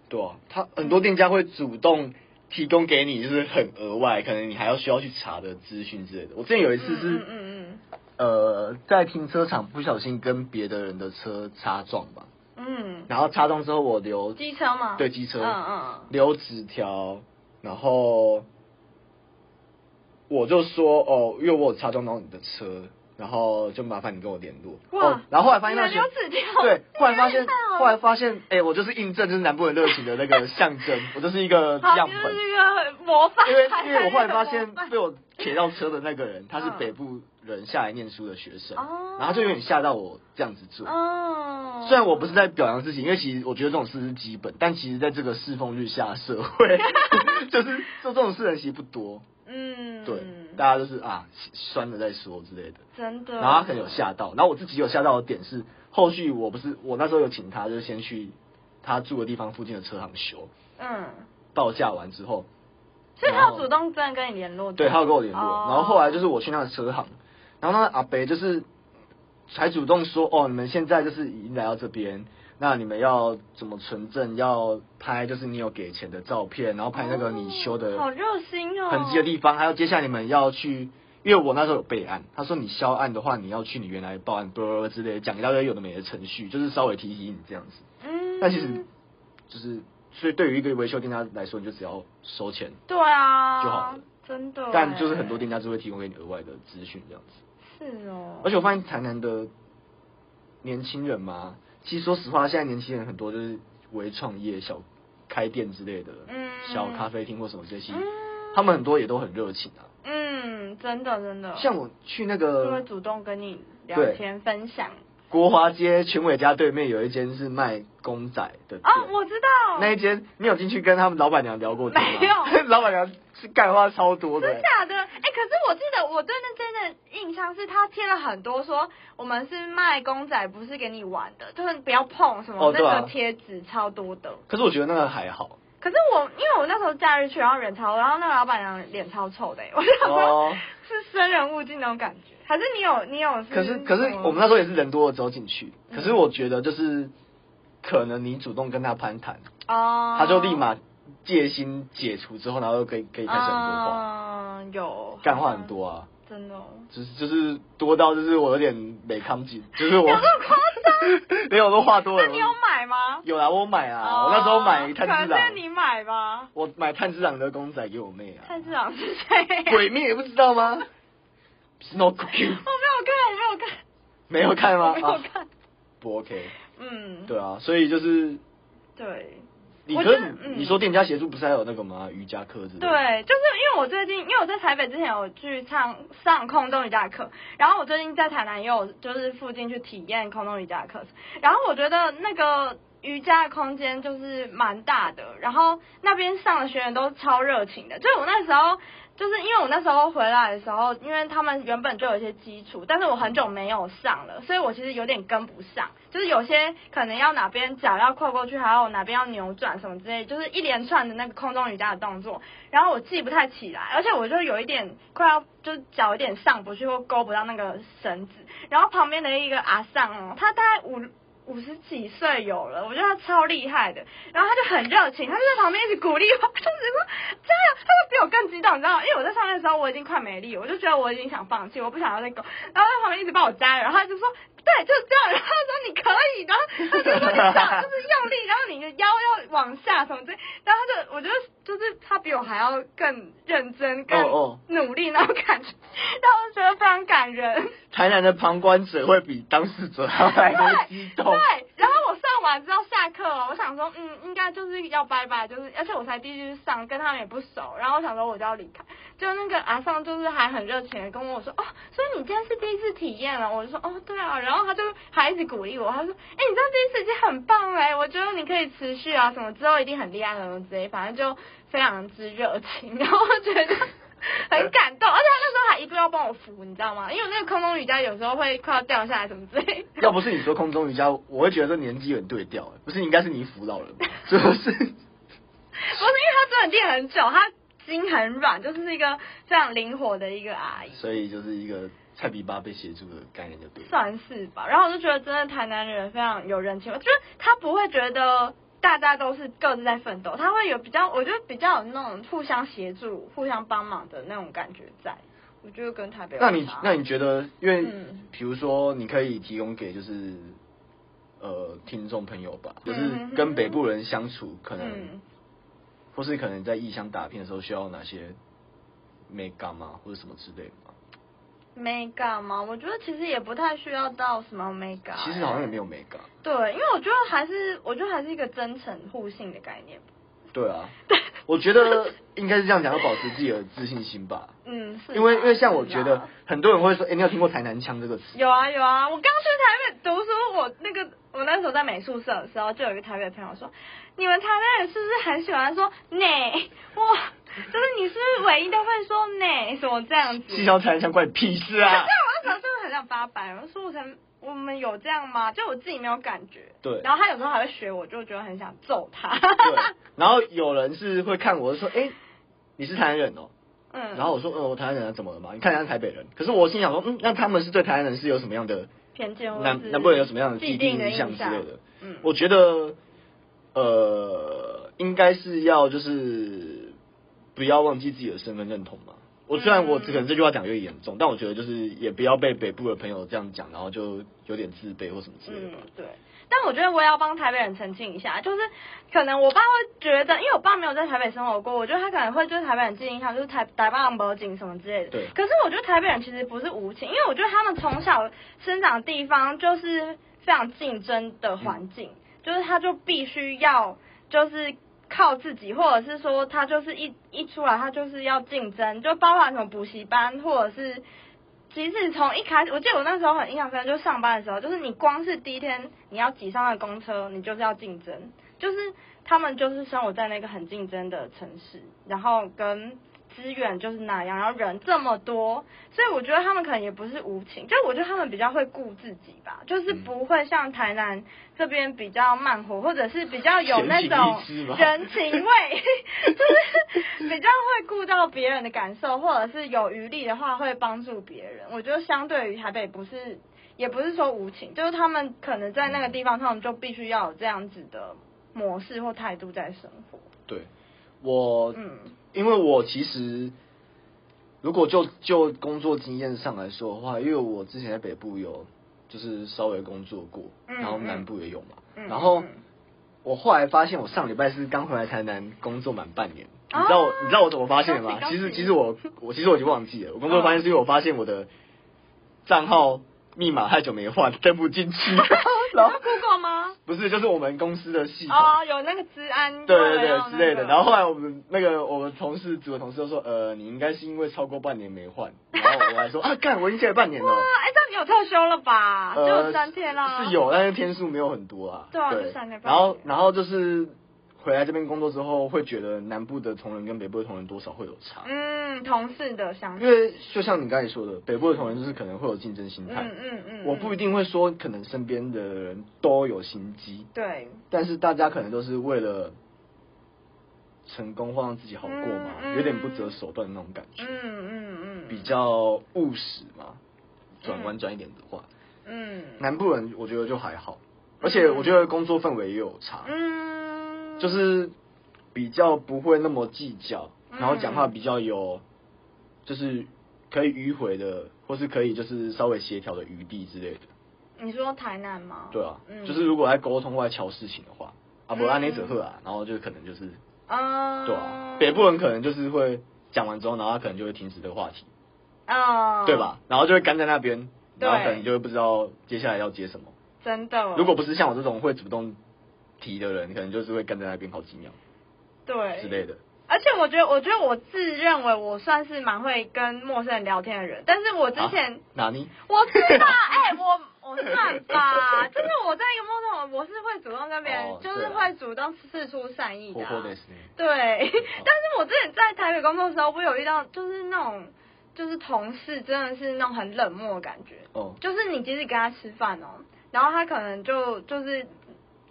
Speaker 1: 对啊，他很多店家会主动提供给你，就是很额外，可能你还要需要去查的资讯之类的。我之前有一次
Speaker 3: 嗯
Speaker 1: 是、
Speaker 3: 嗯嗯
Speaker 1: 呃在停车场不小心跟别的人的车擦撞吧，
Speaker 3: 嗯嗯，
Speaker 1: 然后擦撞之后我留
Speaker 3: 机车嘛，
Speaker 1: 对机车
Speaker 3: 嗯嗯
Speaker 1: 留纸条，然后我就说哦，因为我有擦撞到你的车，然后就麻烦你跟我联络。
Speaker 3: 哇
Speaker 1: 哦，然后后来发现
Speaker 3: 你
Speaker 1: 那
Speaker 3: 还
Speaker 1: 些
Speaker 3: 留纸条
Speaker 1: 对，后来发
Speaker 3: 你
Speaker 1: 现
Speaker 3: 太好了
Speaker 1: 后来发现，哎、我就是印证就是南部人热情的那个象征，我就是一个
Speaker 3: 嗯，好，
Speaker 1: 样
Speaker 3: 就
Speaker 1: 本。
Speaker 3: 是一个模 范，
Speaker 1: 因为
Speaker 3: 还
Speaker 1: 因为我后来发
Speaker 3: 还是
Speaker 1: 现
Speaker 3: 一个模范
Speaker 1: 被我铁到车的那个人，他是
Speaker 3: 嗯
Speaker 1: 北部人下来念书的学生，
Speaker 3: 哦
Speaker 1: 然后他就有点吓到我这样子做。
Speaker 3: 哦，
Speaker 1: 虽然我不是在表扬自己，因为其实我觉得这种事是基本，但其实在这个世风日下的社 会，就是做这种事的人其实不多，
Speaker 3: 嗯，
Speaker 1: 对，大家都是啊酸了再说之类的。
Speaker 3: 真的，
Speaker 1: 然后他可能有吓到，然后我自己有吓到的点是，后续我不是我那时候有请他，就是先去他住的地方附近的车行修，
Speaker 3: 嗯，
Speaker 1: 报价完之后，
Speaker 3: 所以他
Speaker 1: 然
Speaker 3: 有
Speaker 1: 后
Speaker 3: 主动真的跟你联络，
Speaker 1: 对，他有跟我联络。
Speaker 3: 哦
Speaker 1: 然后后来就是我去那个车行，然后那个阿北就是才主动说，哦，你们现在就是已经来到这边，那你们要怎么存证？要拍就是你有给钱的照片，然后拍那个你修的
Speaker 3: 哦好热心哦，
Speaker 1: 痕迹的地方，还有接下来你们要去。因为我那时候有备案，他说你销案的话，你要去你原来报案，啵啵啵之类的，讲一大堆有的没的程序，就是稍微提醒你这样子。
Speaker 3: 嗯，
Speaker 1: 但其实就是，所以对于一个维修店家来说，你就只要收钱，
Speaker 3: 对啊，
Speaker 1: 就好了，
Speaker 3: 真的耶，
Speaker 1: 但就是很多店家就会提供给你额外的资讯这样子。
Speaker 3: 是哦，
Speaker 1: 而且我发现台南的年轻人嘛，其实说实话，现在年轻人很多就是为创业、小开店之类的，
Speaker 3: 嗯
Speaker 1: 小咖啡厅或什么这些，
Speaker 3: 嗯
Speaker 1: 他们很多也都很热情啊。
Speaker 3: 嗯，真的真的，
Speaker 1: 像我去那
Speaker 3: 就会
Speaker 1: 个
Speaker 3: 主动跟你聊
Speaker 1: 对
Speaker 3: 天分享
Speaker 1: 国华街全伟家对面有一间是卖公仔的店，
Speaker 3: 啊，我知道，
Speaker 1: 那一间你有进去跟他们老板娘聊过天吗？
Speaker 3: 没有
Speaker 1: 老板娘是干话超多的
Speaker 3: 真。假的？哎、可是我记得我对那间的印象是，他贴了很多说我们是卖公仔，不是给你玩的，就是不要碰什么、
Speaker 1: 哦
Speaker 3: 那
Speaker 1: 对啊
Speaker 3: 个贴纸超多的。
Speaker 1: 可是我觉得那个还好，
Speaker 3: 可是我因为我那时候假日去，然后人超多，然后那个老板娘脸超臭的、哎我就想说、
Speaker 1: 哦
Speaker 3: 是生人勿近那种感觉。还是你有你有
Speaker 1: 可是可是我们那时候也是人多的时候进去，可是我觉得就是可能你主动跟他攀谈，
Speaker 3: 那哦，
Speaker 1: 他就立马戒心解除之后，然后就可以可以开始很多话，
Speaker 3: 嗯，有
Speaker 1: 干话很，多啊，
Speaker 3: 真的哦、
Speaker 1: 就是就是多到就是我有点没抗 拒，就是我
Speaker 3: 有这么夸 张？
Speaker 1: 没有都话多
Speaker 3: 那
Speaker 1: 了
Speaker 3: 你，有买吗？
Speaker 1: 有啦，我买啊，
Speaker 3: 哦
Speaker 1: 我那时候买
Speaker 3: 可
Speaker 1: 炭治
Speaker 3: 能是
Speaker 1: 郎，
Speaker 3: 你买吧。
Speaker 1: 我买炭治郎的公仔给我妹啊，
Speaker 3: 蔡志昂是谁？
Speaker 1: 鬼灭不知道吗？Snow Q
Speaker 3: 我没有看，我没有看，
Speaker 1: 没有看吗？
Speaker 3: 我没有
Speaker 1: 啊
Speaker 3: 看。
Speaker 1: 不 OK，
Speaker 3: 嗯，
Speaker 1: 对啊，所以就是
Speaker 3: 对
Speaker 1: 你
Speaker 3: 我
Speaker 1: 可
Speaker 3: 觉得
Speaker 1: 是
Speaker 3: 嗯
Speaker 1: 你说店家协助不是还有那个吗？瑜伽课之类的。
Speaker 3: 对，就是因为我最近，因为我在台北之前有去上上空中瑜伽课，然后我最近在台南也有就是附近去体验空中瑜伽课，然后我觉得那个。瑜伽的空间就是蛮大的，然后那边上的学员都超热情的。就是我那时候，就是因为我那时候回来的时候，因为他们原本就有一些基础，但是我很久没有上了，所以我其实有点跟不上。就是有些可能要哪边脚要跨过去，还有哪边要扭转什么之类，就是一连串的那个空中瑜伽的动作，然后我记不太起来，而且我就有一点快要，就是脚有点上不去或勾不到那个绳子。然后旁边的一个阿尚哦，他大概五五十几岁有了，我觉得他超厉害的。然后他就很热情，他就在旁边一直鼓励我，他就说加油，他就比我更激动，你知道吗？因为我在上面的时候我已经快没力了，我就觉得我已经想放弃，我不想要再勾。然后他在旁边一直帮我加油，然后他就说对，就是这样。然后他说你可以，然后他就说你上就是用力，然后你的腰要往下什么之类。然后他就我觉得就是他比我还要更认真、更
Speaker 1: 哦哦
Speaker 3: 努力那种感觉，让我觉得非常感人。
Speaker 1: 台南的旁观者会比当事者还要来的激动。
Speaker 3: 对，然晚知道下课了，我想说，嗯，应该就是要拜拜，就是，而且我才第一天去上，跟他们也不熟，然后我想说我嗯就要离开，就那个阿尚就是还很热情的跟我说，哦，所以你今天是第一次体验了，我就说，哦，对啊，然后他就还一直鼓励我，他说，哎、你这样第一次已经很棒哎，我觉得你可以持续啊，什么之后一定很厉害，什么之类，反正就非常之热情，然后我觉得。很感动，而且他那时候还一度要帮我扶，你知道吗？因为我那个空中瑜伽有时候会快要掉下来什么之类的。
Speaker 1: 要不是你说空中瑜伽，我会觉得这年纪有点对调，欸不是应该是你扶老人吗？ 就是
Speaker 3: 不是因为他真的练很久，他筋很软，就是一个非常灵活的一个阿姨，
Speaker 1: 所以就是一个菜比巴被协助的概念就对了。
Speaker 3: 算是吧。然后我就觉得，真的台南人非常有人情味，就是他不会觉得大家都是各自在奋斗，他会有比较，我觉得比较有那种互相协助、互相帮忙的那种感觉在。我觉得跟台北有
Speaker 1: 那你
Speaker 3: 差
Speaker 1: 那你觉得，因为
Speaker 3: 嗯
Speaker 1: 比如说，你可以提供给就是呃听众朋友吧，就
Speaker 3: 嗯
Speaker 1: 是
Speaker 3: 嗯嗯
Speaker 1: 跟北部人相处，可能
Speaker 3: 嗯，
Speaker 1: 或是可能在异乡打拼的时候需要哪些美感嘛，或者什么之类的嘛。
Speaker 3: 美感吗？我觉得其实也不太需要到什么美感、
Speaker 1: 其实好像也没有美感。
Speaker 3: 对，因为我觉得还是我觉得还是一个真诚互信的概念吧。
Speaker 1: 对 啊，我觉得应该是这样讲，要保持自己的自信心吧。
Speaker 3: 嗯，是
Speaker 1: 因为
Speaker 3: 吧
Speaker 1: 因为像
Speaker 3: 是啊
Speaker 1: 我觉
Speaker 3: 吧
Speaker 1: 得很多人会说，哎、你有听过台南腔这个词？
Speaker 3: 有啊有啊，我刚去台北读书，我那个我那时候在美术社的时候，就有一个台北的朋友说，你们台北人是不是很喜欢说内 哇？就是你是不是唯一都会说内什么这 样子？
Speaker 1: 西郊台南腔关你屁事啊！
Speaker 3: 对，我那时候真的很想八百，我就说我才我们有这样吗？就我自己没有感觉。
Speaker 1: 对
Speaker 3: 然后他有时候还会学我，就觉得很想揍他。
Speaker 1: 对，然后有人是会看我说，哎、你是台南人哦、
Speaker 3: 嗯，
Speaker 1: 然后我说，呃，我台南人啊怎么了嘛？你看人家是台北人，可是我心想说，嗯，那他们是对台南人是有什么样的
Speaker 3: 偏见或是
Speaker 1: 南南部人有什么样的
Speaker 3: 既
Speaker 1: 既
Speaker 3: 定
Speaker 1: 定
Speaker 3: 的
Speaker 1: 印象之类的？
Speaker 3: 嗯，
Speaker 1: 我觉得，呃，应该是要就是不要忘记自己的身份认同嘛。我虽然我
Speaker 3: 嗯
Speaker 1: 可能这句话讲有点严重，但我觉得就是也不要被北部的朋友这样讲，然后就有点自卑或什么之类的
Speaker 3: 嗯
Speaker 1: 吧。，
Speaker 3: 对。但我觉得我也要帮台北人澄清一下，就是可能我爸会觉得，因为我爸没有在台北生活过，我觉得他可能会对台北人既定印象就是台台北人不景什么之类的。
Speaker 1: 对
Speaker 3: 可是我觉得台北人其实不是无情，因为我觉得他们从小生长的地方就是非常竞争的环境，就是他就必须要就是。靠自己，或者是说他就是一一出来，他就是要竞争，就包含什么补习班，或者是其实从一开始，我记得我那时候很印象深刻，就是上班的时候，就是你光是第一天你要挤上了公车，你就是要竞争，就是他们就是生活在那个很竞争的城市，然后跟资源就是那样，然后人这么多，所以我觉得他们可能也不是无情，就我觉得他们比较会顾自己吧，就是不会像台南这边比较慢活，或者是比较有那种
Speaker 1: 闲情逸致吧
Speaker 3: 人情味， 就是比较会顾到别人的感受，或者是有余力的话会帮助别人。我觉得相对于台北不是，也不是说无情，就是他们可能在那个地方，他们就必须要有这样子的模式或态度在生活。
Speaker 1: 对，我
Speaker 3: 嗯
Speaker 1: 因为我其实如果就就工作经验上来说的话，因为我之前在北部有就是稍微工作过，
Speaker 3: 嗯
Speaker 1: 然后南部也有嘛，
Speaker 3: 嗯，
Speaker 1: 然后
Speaker 3: 嗯
Speaker 1: 我后来发现我上礼拜是刚回来台南工作满半年。你知道我、
Speaker 3: 哦
Speaker 1: 你知道我怎么发现的吗
Speaker 3: 恭？喜
Speaker 1: 其实
Speaker 3: 恭喜
Speaker 1: 其实 我我其实我已经忘记了，我工作
Speaker 3: 嗯
Speaker 1: 发现是因为我发现我的账号密码太久没换，登不进去。 然后
Speaker 3: 你说 Google 哦吗？
Speaker 1: 不是就是我们公司的系统，
Speaker 3: 哦，有那个治安，
Speaker 1: 对
Speaker 3: 有
Speaker 1: 对
Speaker 3: 哦有那
Speaker 1: 对之类的。
Speaker 3: 个
Speaker 1: 然后后来我们那个我们同事组的同事就说，呃，你应该是因为超过半年没换。然后我还说 啊，干，我已经写半年了
Speaker 3: 哇。，哎，这样你有特休了吧？就有
Speaker 1: 呃，
Speaker 3: 三天啦，
Speaker 1: 是有，但是天数没有很多啊。
Speaker 3: 对啊就三天半
Speaker 1: 然后
Speaker 3: 天
Speaker 1: 然后就是回来这边工作之后，会觉得南部的同仁跟北部的同仁多少会有差。
Speaker 3: 嗯，同事的相处，
Speaker 1: 因为就像你刚才说的，北部的同仁就是可能会有竞争心
Speaker 3: 嗯
Speaker 1: 态，
Speaker 3: 嗯嗯，
Speaker 1: 我不一
Speaker 3: 嗯
Speaker 1: 定会说可能身边的人都有心机，
Speaker 3: 对，
Speaker 1: 但是大家可能都是为了成功或让自己好过嘛，
Speaker 3: 嗯嗯
Speaker 1: 有点不择手段的那种感觉，
Speaker 3: 嗯嗯嗯，
Speaker 1: 比较务实嘛。转
Speaker 3: 嗯
Speaker 1: 弯转一点的话，
Speaker 3: 嗯
Speaker 1: 南部人我觉得就还好，而且我觉得工作氛围也有差，
Speaker 3: 嗯，
Speaker 1: 就是比较不会那么计较，
Speaker 3: 嗯
Speaker 1: 然后讲话比较有，就是可以迂回的，或是可以就是稍微协调的余地之类的。
Speaker 3: 你说台南吗？
Speaker 1: 对啊，
Speaker 3: 嗯
Speaker 1: 就是如果在沟通或在瞧事情的话，啊不按
Speaker 3: 嗯
Speaker 1: 那者喝啊，然后就可能就是
Speaker 3: 啊，
Speaker 1: 对啊，北部人可能就是会讲完之后，然后他可能就会停止这个话题，
Speaker 3: 啊，
Speaker 1: 对？吧？然后就会干在那边，
Speaker 3: 对
Speaker 1: 然后可能就会不知道接下来要接什么。
Speaker 3: 真的，
Speaker 1: 如果不是像我这种会主动提的人，可能就是会跟在那边好几秒
Speaker 3: 对
Speaker 1: 之类的。
Speaker 3: 而且我觉得，我觉得我自认为我算是蛮会跟陌生人聊天的人，但是我之前、
Speaker 1: 啊哪里？
Speaker 3: 我知 道，哎、我我算吧，就是我在一个陌生人，我是会主动跟别人，
Speaker 1: 哦
Speaker 3: 就
Speaker 1: 对啊
Speaker 3: 是会主动示出善意的
Speaker 1: 活泼
Speaker 3: 啊、
Speaker 1: 的是
Speaker 3: 对， 但是我之前在台北工作的时候，我有遇到就是那种就是同事真的是那种很冷漠的感觉，
Speaker 1: 哦，
Speaker 3: 就是你即使跟他吃饭哦，然后他可能就就是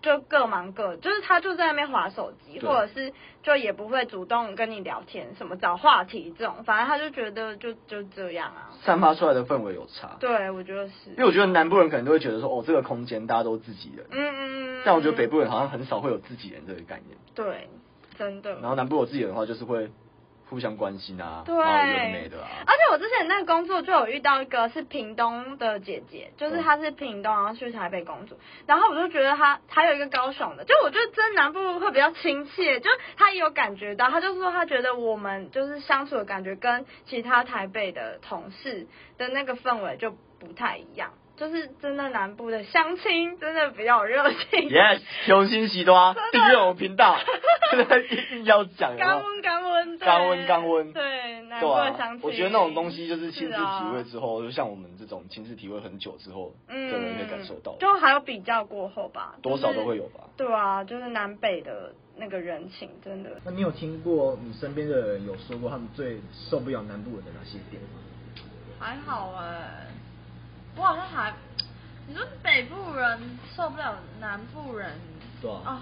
Speaker 3: 就各忙各，就是他就在那边划手机，
Speaker 1: 对
Speaker 3: 或者是就也不会主动跟你聊天，什么找话题这种，反正他就觉得就就这样啊。
Speaker 1: 散发出来的氛围有差。
Speaker 3: 对，我觉得是。
Speaker 1: 因为我觉得南部人可能都会觉得说，哦，这个空间大家都自己人
Speaker 3: 嗯，嗯嗯。
Speaker 1: 但我觉得北部人好像很少会有自己人这个概念。
Speaker 3: 对，真的。
Speaker 1: 然后南部有自己人的话，就是会互相关心啊，
Speaker 3: 对，
Speaker 1: 然后有的没的啊。
Speaker 3: 而且我之前那个工作就有遇到一个是屏东的姐姐，
Speaker 1: 哦
Speaker 3: 就是她是屏东，然后去台北工作，然后我就觉得她还有一个高雄的，就我觉得真南部会比较亲切，就她也有感觉到，她就说她觉得我们就是相处的感觉跟其他台北的同事的那个氛围就不太一样，就是真的南部的相亲真的比较有热情。
Speaker 1: Yes，雄心喜多 啊，订阅我们频 道，硬要讲有没
Speaker 3: 高
Speaker 1: 有
Speaker 3: 温高温，对
Speaker 1: 高温高温
Speaker 3: 对，南
Speaker 1: 对
Speaker 3: 部的
Speaker 1: 啊
Speaker 3: 相，亲，
Speaker 1: 我觉得那种东西就是亲自
Speaker 3: 是啊
Speaker 1: 体会之后，就像我们这种亲自体会很久之后，
Speaker 3: 嗯，
Speaker 1: 真的可以感受到，
Speaker 3: 就还有比较过后吧，
Speaker 1: 多少都会
Speaker 3: 有。
Speaker 1: 有吧。
Speaker 3: 对啊，就是南北的那个人情，真的。
Speaker 4: 那你有听过你身边的人有说过他们最受不了南部人的哪些点吗？
Speaker 2: 还好哎、我好像还，你说北部人受不了南部人，
Speaker 4: 对啊
Speaker 2: 哦，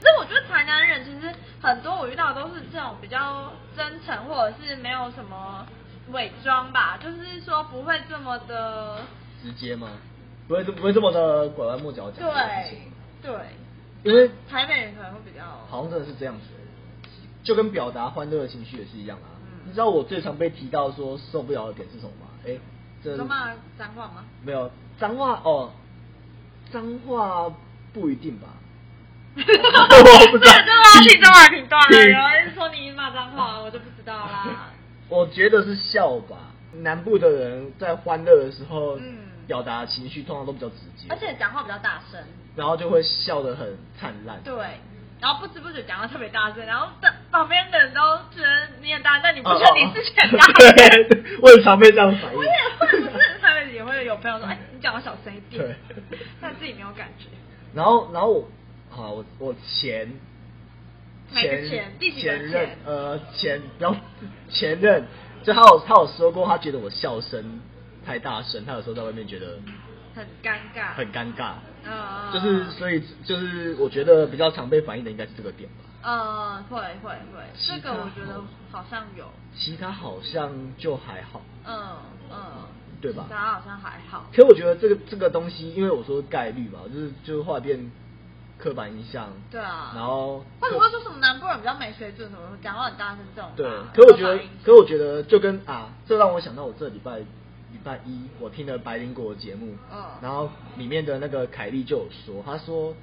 Speaker 2: 可是我觉得台南人其实很多我遇到都是这种比较真诚，或者是没有什么伪装吧，就是说不会这么的，
Speaker 4: 直接吗？不会，不会这么的拐弯抹角讲。
Speaker 2: 对，对，
Speaker 4: 因为
Speaker 2: 台北人可能会比较
Speaker 4: 好像真的是这样子，就跟表达欢乐的情绪也是一样啊。
Speaker 2: 嗯
Speaker 4: 你知道我最常被提到说受不了的点是什么吗？哎、这
Speaker 2: 你说骂脏话吗？
Speaker 4: 没有脏话哦，脏话不一定吧。
Speaker 2: 我
Speaker 4: 不知道
Speaker 2: 这个真的要听中文频道
Speaker 4: 你
Speaker 2: 了。有人说你骂脏话，我就不知道啦。
Speaker 4: 我觉得是笑吧。南部的人在欢乐的时候，
Speaker 2: 嗯
Speaker 4: 表达的情绪通常都比较直接，
Speaker 2: 而且讲话比较大声，
Speaker 4: 然后就会笑得很灿烂。啊
Speaker 2: 对。然后不知不觉讲话特别大声，然后在旁边的人都觉得你很大声，但你不觉得你自己很大
Speaker 4: 哦
Speaker 2: 声。
Speaker 4: 啊 对， 我很常被这样反应
Speaker 2: 我。也会，就是他们也会有朋友说，哎，你讲话小声一点
Speaker 4: 对，
Speaker 2: 但自己没有感觉。
Speaker 4: 然后，然后我，好，我我前
Speaker 2: 哪个前第几个
Speaker 4: 前任
Speaker 2: 前
Speaker 4: 呃前，然后前任，就他有他有说过，他觉得我笑声太大声，他有时候在外面觉得
Speaker 2: 很尴尬，
Speaker 4: 很尴尬，
Speaker 2: 呃，
Speaker 4: 就是所以就是我觉得比较常被反映的应该是这个点吧。
Speaker 2: 呃，会会会，这个我觉得好像有，
Speaker 4: 其他好像就还好，
Speaker 2: 嗯嗯，
Speaker 4: 对吧
Speaker 2: 他好像还好，
Speaker 4: 可我觉得这个这个东西，因为我说概率嘛，就是就是后来变刻板印象，
Speaker 2: 对啊，
Speaker 4: 然后
Speaker 2: 或者会说什么南部人比较没水准，什么讲话很大声这种吧。啊
Speaker 4: 对，可我觉
Speaker 2: 刻
Speaker 4: 得
Speaker 2: 板印象，
Speaker 4: 可我觉得就跟啊，这让我想到我这礼拜礼拜一我听了白灵果的节目，
Speaker 2: 嗯
Speaker 4: 然后里面的那个凯莉就有说，她说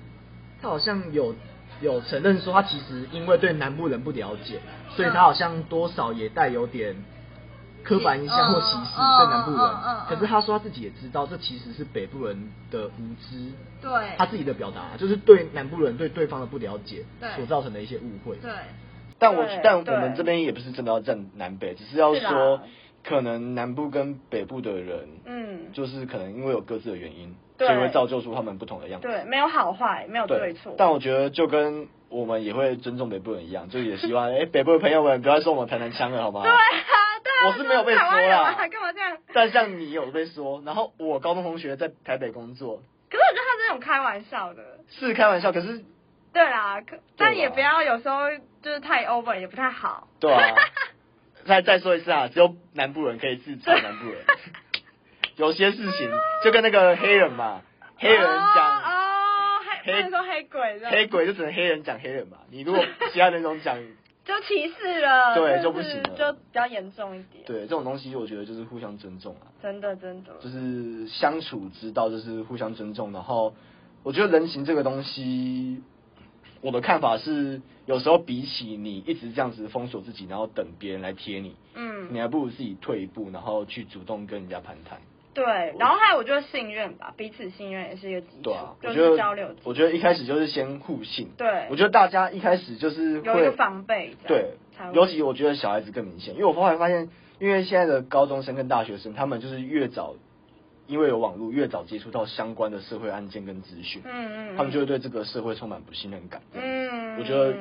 Speaker 4: 她好像有有承认说，她其实因为对南部人不了解，所以
Speaker 2: 嗯
Speaker 4: 她好像多少也带有点。刻板印象或歧视
Speaker 2: 嗯
Speaker 4: 对南部人
Speaker 2: 嗯嗯嗯，
Speaker 4: 可是她说她自己也知道，这其实是北部人的无知，
Speaker 2: 对，
Speaker 4: 她自己的表达就是对南部人对对方的不了解
Speaker 2: 对
Speaker 4: 所造成的一些误会。
Speaker 2: 对，
Speaker 1: 但我
Speaker 3: 对
Speaker 1: 但
Speaker 3: 对
Speaker 1: 我们这边也不是真的要站南北，只是要
Speaker 3: 是啦
Speaker 1: 说可能南部跟北部的人，
Speaker 3: 嗯
Speaker 1: 就是可能因为有各自的原因，
Speaker 3: 对
Speaker 1: 所以会造就出他们不同的样子。
Speaker 3: 对，没有好坏，没有
Speaker 1: 对
Speaker 3: 对错。
Speaker 1: 但我觉得就跟我们也会尊重北部人一样，就 也希望哎、北部的朋友们不要再说我们台南腔了，好吗？
Speaker 3: 对啊，对啊，
Speaker 1: 我是没有被
Speaker 3: 台湾
Speaker 1: 说
Speaker 3: 人
Speaker 1: 啦
Speaker 3: 啊干嘛这样？
Speaker 1: 但像你有被说，然后我高中同学在台北工作，
Speaker 3: 可是我觉得他这种开玩笑的，
Speaker 1: 是开玩笑，可是
Speaker 3: 对啦，可但也
Speaker 1: 吧
Speaker 3: 不要有时候就是太 over 也不太好。
Speaker 1: 对 啊， 再再说一次啊，只有南部人可以自 嘲南部人，有些事情就跟那个黑人嘛，黑人讲、
Speaker 3: 哦哦，黑不
Speaker 1: 黑
Speaker 3: 能说黑鬼的，
Speaker 1: 黑鬼就只能黑人讲黑人嘛，你如果其他人种讲，
Speaker 3: 就歧视了，
Speaker 1: 对
Speaker 3: 是
Speaker 1: 就不行了
Speaker 3: 就比较严重一点。
Speaker 1: 对这种东西我觉得就是互相尊重啊，
Speaker 3: 真的真的，
Speaker 1: 就是相处之道就是互相尊重，然后我觉得人情这个东西。我的看法是，有时候比起你一直这样子封锁自己，然后等别人来贴你，
Speaker 3: 嗯，
Speaker 1: 你还不如自己退一步，然后去主动跟人家攀谈。
Speaker 3: 对，然后还有我觉得信任吧，彼此信任也是一个基础，
Speaker 1: 对啊，
Speaker 3: 就
Speaker 1: 我觉
Speaker 3: 是交流
Speaker 1: 得，我觉得一开始就是先互信。
Speaker 3: 对
Speaker 1: 我觉得大家一开始就是
Speaker 3: 有一
Speaker 1: 会
Speaker 3: 个防备这样
Speaker 1: 对
Speaker 3: 才，会
Speaker 1: 尤其我觉得小孩子更明显，因为我后来发现，因为现在的高中生跟大学生，他们就是越早，因为有网络，越早接触到相关的社会案件跟资讯，
Speaker 3: 嗯嗯嗯
Speaker 1: 他们就会对这个社会充满不信任感。
Speaker 3: 嗯
Speaker 1: 我觉得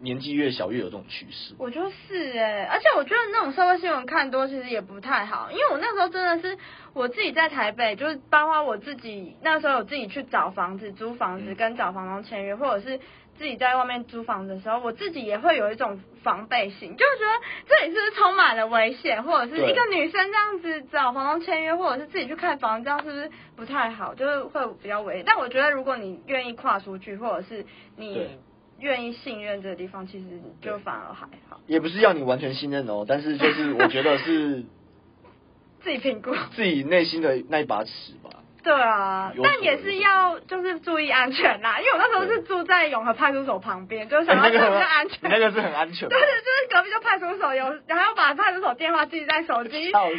Speaker 1: 年纪越小越有这种趋势。
Speaker 3: 我觉得是哎、而且我觉得那种社会新闻看多其实也不太好，因为我那时候真的是我自己在台北，就是包括我自己那时候有自己去找房子、租房子，
Speaker 1: 嗯
Speaker 3: 跟找房东签约，或者是自己在外面租房子的时候，我自己也会有一种防备心，就是觉得这里是不是充满了危险，或者是
Speaker 1: 对
Speaker 3: 一个女生这样子找房东签约，或者是自己去看房子，这样是不是不太好，就是会比较危险。但我觉得如果你愿意跨出去，或者是
Speaker 1: 对
Speaker 3: 你。愿意信任这个地方，其实就反而还好。
Speaker 1: 也不是要你完全信任哦，但是就是我觉得是
Speaker 3: 自己评估。
Speaker 1: 自己内心的那一把尺吧。
Speaker 3: 对啊，
Speaker 1: 有
Speaker 3: 但也是要就是注意安全啦，因为我那时候是住在永和派出所旁边，就是
Speaker 1: 哎
Speaker 3: 想要
Speaker 1: 那
Speaker 3: 比
Speaker 1: 个
Speaker 3: 较
Speaker 1: 很
Speaker 3: 安全。
Speaker 1: 你那个是很安全的
Speaker 3: 对对，就是隔壁就派出所有，然后把派出所电话记在手机上，
Speaker 1: 笑
Speaker 3: 又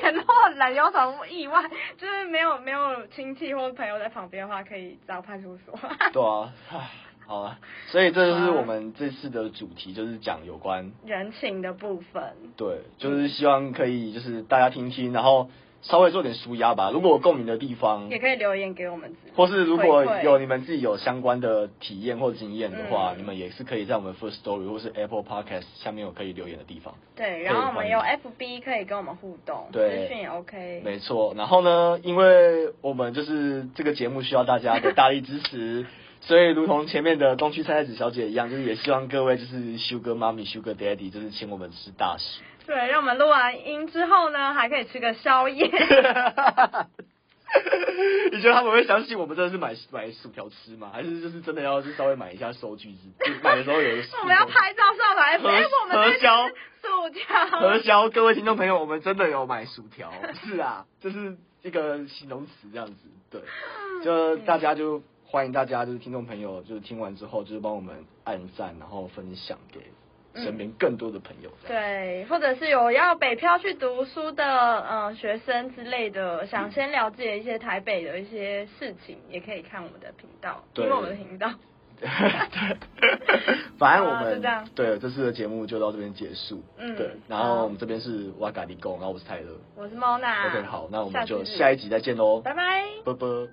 Speaker 3: 联络人，有什么意外，就是没有没有亲戚或朋友在旁边的话，可以找派出所。
Speaker 1: 对啊，唉好啊，所以这就是我们这次的主题，就是讲有关
Speaker 3: 人情的部分。
Speaker 1: 对，就是希望可以就是大家听听，然后稍微做点舒压吧。如果有共鸣的地方
Speaker 3: 也，可以留言给我们知道
Speaker 1: 或是如果
Speaker 3: 回馈
Speaker 1: 有你们自己有相关的体验或经验的话，
Speaker 3: 嗯
Speaker 1: 你们也是可以在我们 First Story 或是 Apple Podcast 下面有可以留言的地方。
Speaker 3: 对，然后我们
Speaker 1: 可以
Speaker 3: 有
Speaker 1: 欢
Speaker 3: FB 可以跟我们互动，
Speaker 1: 对
Speaker 3: 资讯也 OK。
Speaker 1: 没错，然后呢，因为我们就是这个节目需要大家的大力支持， 所以如同前面的东区菜菜子小姐一样，就是也希望各位就是 Sugar Mommy、Sugar Daddy，就是请我们吃大食。
Speaker 3: 对，让我们录完音之后呢，还可以吃个宵 夜。
Speaker 1: 你觉得他们会相信我们真的是买买薯条吃吗？还是就是真的要去稍微买一下收据之，就买的时候有一个
Speaker 3: 我们要拍照上来，哎、
Speaker 1: 核
Speaker 3: 我们这
Speaker 1: 核销
Speaker 3: 是薯 条，
Speaker 1: 核销各位听众朋友，我们真的有买薯条，是啊，这是一个形容词这样子，对，
Speaker 3: 嗯
Speaker 1: 就大家就欢迎大家就是听众朋友，就是听完之后就是帮我们按赞，然后分享给
Speaker 3: 嗯
Speaker 1: 身边更多的朋友， 这样
Speaker 3: 对，或者是有要北漂去读书的呃学生之类的，想先了解一些台北的一些事情，也可以看我们的频道，
Speaker 1: 对
Speaker 3: 听我们的频道。
Speaker 1: 对，反正我
Speaker 3: 啊就这样
Speaker 1: 们对这次的节目就到这边结束，
Speaker 3: 嗯
Speaker 1: 对，然
Speaker 3: 好
Speaker 1: 后我们这边是瓦嘎利贡，然后我是泰勒
Speaker 3: 我是 Mona。
Speaker 1: ，OK，好，那我们就
Speaker 3: 次
Speaker 1: 下一集再见喽，
Speaker 3: 拜拜。
Speaker 1: 啵啵。